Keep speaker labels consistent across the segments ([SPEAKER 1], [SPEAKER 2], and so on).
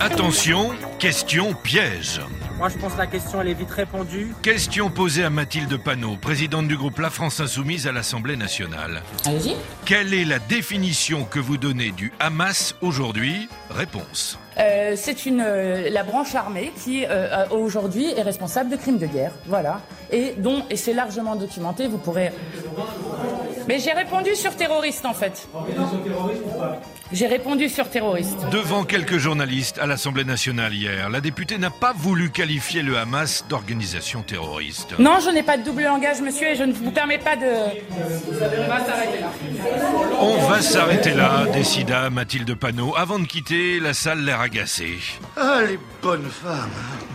[SPEAKER 1] Attention, question piège.
[SPEAKER 2] Moi, je pense que la question, elle est vite répondue.
[SPEAKER 1] Question posée à Mathilde Panot, présidente du groupe La France Insoumise à l'Assemblée nationale.
[SPEAKER 3] Allez-y.
[SPEAKER 1] Quelle est la définition que vous donnez du Hamas aujourd'hui Réponse.
[SPEAKER 3] Euh, c'est une euh, la branche armée qui euh, aujourd'hui est responsable de crimes de guerre, voilà, et dont et c'est largement documenté. Vous pourrez. Mais j'ai répondu sur terroriste en fait. J'ai répondu sur terroriste.
[SPEAKER 1] Devant quelques journalistes à l'Assemblée nationale hier, la députée n'a pas voulu qualifier le Hamas d'organisation terroriste.
[SPEAKER 3] Non, je n'ai pas de double langage, monsieur, et je ne vous permets pas de.
[SPEAKER 1] On va s'arrêter là, décida Mathilde Panot, avant de quitter la salle l'air agacé.
[SPEAKER 4] Ah, les bonnes femmes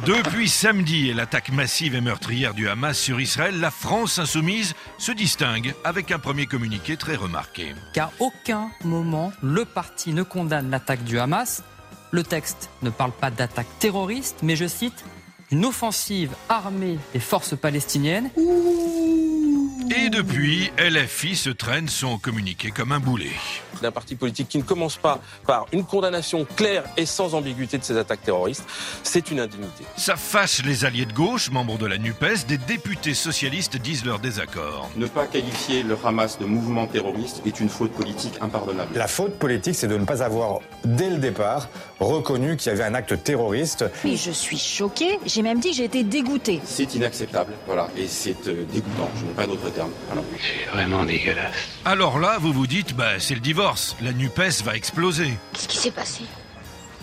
[SPEAKER 1] Depuis samedi et l'attaque massive et meurtrière du Hamas sur Israël, la France insoumise se distingue avec un premier communiqué très remarqué.
[SPEAKER 5] qu'à aucun moment le parti ne condamne l'attaque du Hamas. Le texte ne parle pas d'attaque terroriste, mais je cite une offensive armée des forces palestiniennes.
[SPEAKER 1] Et depuis, LFI se traîne son communiqué comme un boulet.
[SPEAKER 6] d'un parti politique qui ne commence pas par une condamnation claire et sans ambiguïté de ces attaques terroristes, c'est une indignité.
[SPEAKER 1] Ça fâche les alliés de gauche, membres de la NUPES, E des députés socialistes disent leur désaccord.
[SPEAKER 7] Ne pas qualifier le Hamas de mouvement terroriste est une faute politique impardonnable.
[SPEAKER 8] La faute politique, c'est de ne pas avoir, dès le départ, reconnu qu'il y avait un acte terroriste.
[SPEAKER 9] Mais je suis choquée, j'ai même dit que j'ai été dégoûtée.
[SPEAKER 7] C'est inacceptable, voilà, et c'est euh, dégoûtant, je n'ai pas d'autre terme. Voilà.
[SPEAKER 1] Alors là, vous vous dites, bah c'est le divorce, la NUPES E va exploser.
[SPEAKER 10] Qu'est-ce qui s'est passé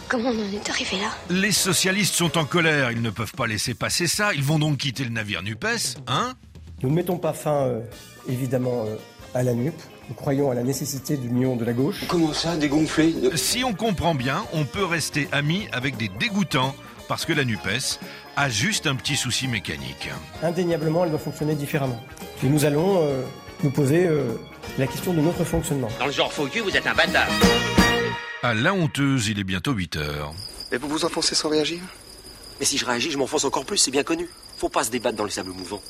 [SPEAKER 10] Comment on en est arrivé là
[SPEAKER 1] Les socialistes sont en colère, ils ne peuvent pas laisser passer ça, ils vont donc quitter le navire NUPES, hein
[SPEAKER 2] Nous ne mettons pas fin, euh, évidemment, euh, à la NUP. Nous croyons à la nécessité de l'union de la gauche.
[SPEAKER 4] Comment ça, dégonflé
[SPEAKER 1] Si on comprend bien, on peut rester amis avec des dégoûtants, parce que la NUPES a juste un petit souci mécanique.
[SPEAKER 2] Indéniablement, elle doit fonctionner différemment. Et nous allons euh, nous poser euh, la question de notre fonctionnement.
[SPEAKER 11] Dans le genre foutu, vous êtes un bâtard.
[SPEAKER 1] À la honteuse, il est bientôt 8 heures.
[SPEAKER 4] Et vous vous enfoncez sans réagir
[SPEAKER 11] Mais si je réagis, je m'enfonce encore plus, c'est bien connu. Faut pas se débattre dans les sables mouvants.